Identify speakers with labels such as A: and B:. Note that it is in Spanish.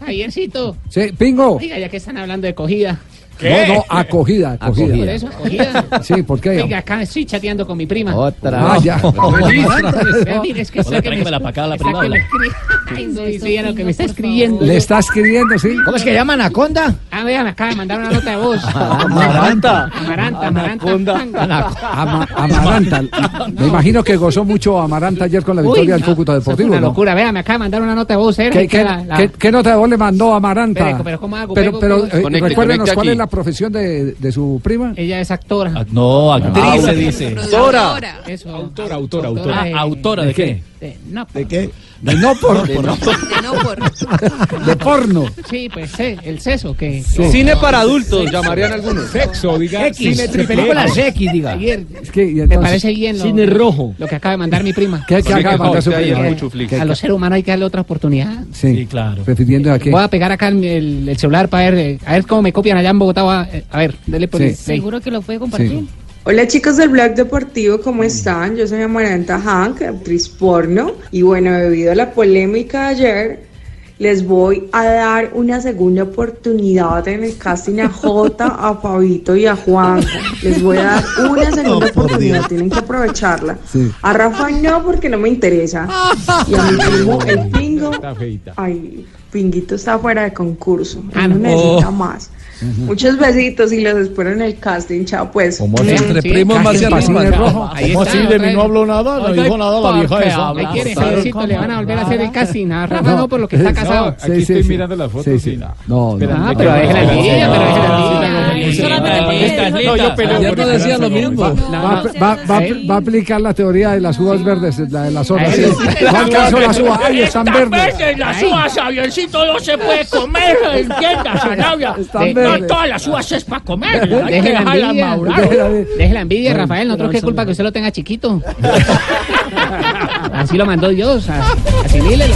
A: Javiercito.
B: Sí, Pingo.
A: Oiga, ya que están hablando de cogida.
C: ¿Qué?
B: No, no, acogida, acogida.
A: Por eso, cogida.
B: Sí, ¿por qué?
A: Oiga, acá estoy chateando con mi prima.
B: Ah, ya.
A: Vea, mire, es que
D: Hola,
A: sé que
D: tráigamela
A: me-
D: pa' acá, la
A: está que
D: prima,
A: me escri- Ay, no, dice ella lo que me está escribiendo.
B: Le está escribiendo, sí.
E: ¿Cómo es que llama Anaconda?
A: Ah, vean, acá me mandaron una nota de voz.
E: Amaranta.
A: Amaranta, amaranta.
B: Ama- Amaranta. Me imagino que gozó mucho Amaranta ayer con la
A: Uy,
B: victoria del
A: no,
B: Cúcuta
A: eso fue
B: Deportivo.
A: Una
B: ¿no?
A: locura, vean, me acaba de mandar una nota de voz. ¿eh?
B: ¿Qué, qué, qué- qué nota de voz le mandó Amaranta?
A: Pero, pero, ¿cómo hago?
B: Pero,
A: Pego,
B: pero,
A: pego.
B: eh,
C: Conecte,
B: recuérdenos
C: conecte
B: cuál
C: aquí.
B: es la profesión de, de su prima.
A: Ella es actora.
D: Ah, No, actriz
C: Ah,
D: se
C: bueno.
D: dice.
F: Dora.
A: Eso.
G: Autora, autora, autora.
D: Ah, ¿Autora de qué?
A: De- no,
E: ¿De qué?
B: De no por,
F: De no por.
B: de porno.
A: Sí, pues sé, el seso que...
C: Cine para adultos, llamarían algunos.
G: Sexo, diga.
E: X.
G: cine
E: de
G: triple
E: películas
G: X.
E: X, diga.
A: Javier,
B: Es que, y
A: me
B: entonces,
A: parece bien lo,
G: Cine rojo.
A: lo que acaba de mandar mi prima.
B: ¿Qué, qué
C: Sí,
B: acaba de
C: que
B: mandar su
C: falta ahí
B: prima?
C: el
A: Eh,
C: mucho flick.
A: a los seres humanos hay que darle otra oportunidad.
B: Sí,
D: Sí, claro.
B: Refiriendo a qué.
A: Voy a pegar acá el, el- el celular para ver, eh, a ver cómo me copian allá en Bogotá. voy a- eh, a ver, dele por
B: Sí.
A: el- sí.
F: Seguro que lo puede compartir.
B: Sí.
H: Hola chicos del Blog Deportivo, ¿cómo están? Yo soy Amaranta Hank, actriz porno. Y bueno, debido a la polémica de ayer, les voy a dar una segunda oportunidad en el casting a Jota, a Fabito y a Juan. Les voy a dar una segunda oportunidad, tienen que aprovecharla.
B: Sí.
H: A Rafa no, porque no me interesa. Y a mi primo, el pingo,
G: Está feita.
H: Ay, Pinguito está fuera de concurso.
A: Ah,
H: Él no
A: no.
H: necesita más. Muchos besitos y los espero en el casting. Chao, pues.
E: Como
A: Sí,
E: siempre,
A: sí,
E: primos
A: casi
E: más y
B: el
E: arriba.
B: pasín es rojo.
A: Ahí
E: ¿Cómo
A: está,
E: así? De
A: otra
E: mí no
A: vez.
E: habló nada, no
D: Oiga,
E: dijo nada la vieja
D: ¿por qué
E: esa.
D: habla?
A: Ahí quiere,
E: Claro.
A: Javiercito, le van a volver a hacer el casting. A Rafa no, por lo que
B: sí,
A: está
B: sí,
A: casado.
G: Aquí estoy mirando las fotos
B: Sí,
G: y
B: sí.
G: nada.
B: No, no.
G: Espera,
A: Ah,
G: me
A: pero
G: quedo
A: déjela
G: con
A: en
G: la
A: línea,
G: foto.
A: pero déjela en
G: Sí,
A: línea.
G: la
A: Ay,
G: foto.
A: solamente
G: Ah,
D: porque estás
G: No, yo
D: lista.
G: peleo.
E: Ayer
G: por
E: no
G: el
E: decía
G: brazo,
E: lo
G: no,
E: mismo.
G: no.
B: Va, va- va-
A: Sí.
B: va a aplicar la teoría de las uvas verdes, la de las horas.
A: Sí.
B: No alcanzó las uvas, ay, están verdes.
A: Ay.
D: Javiercito, no se puede comer, entiendas, Sanabria.
B: Están verdes.
D: las uvas es para comer,
A: Deje la envidia.
B: Déjela de-
A: Deje la envidia, Rafael. Nosotros qué culpa que usted lo tenga chiquito. Así lo mandó Dios. a- Asimílelo.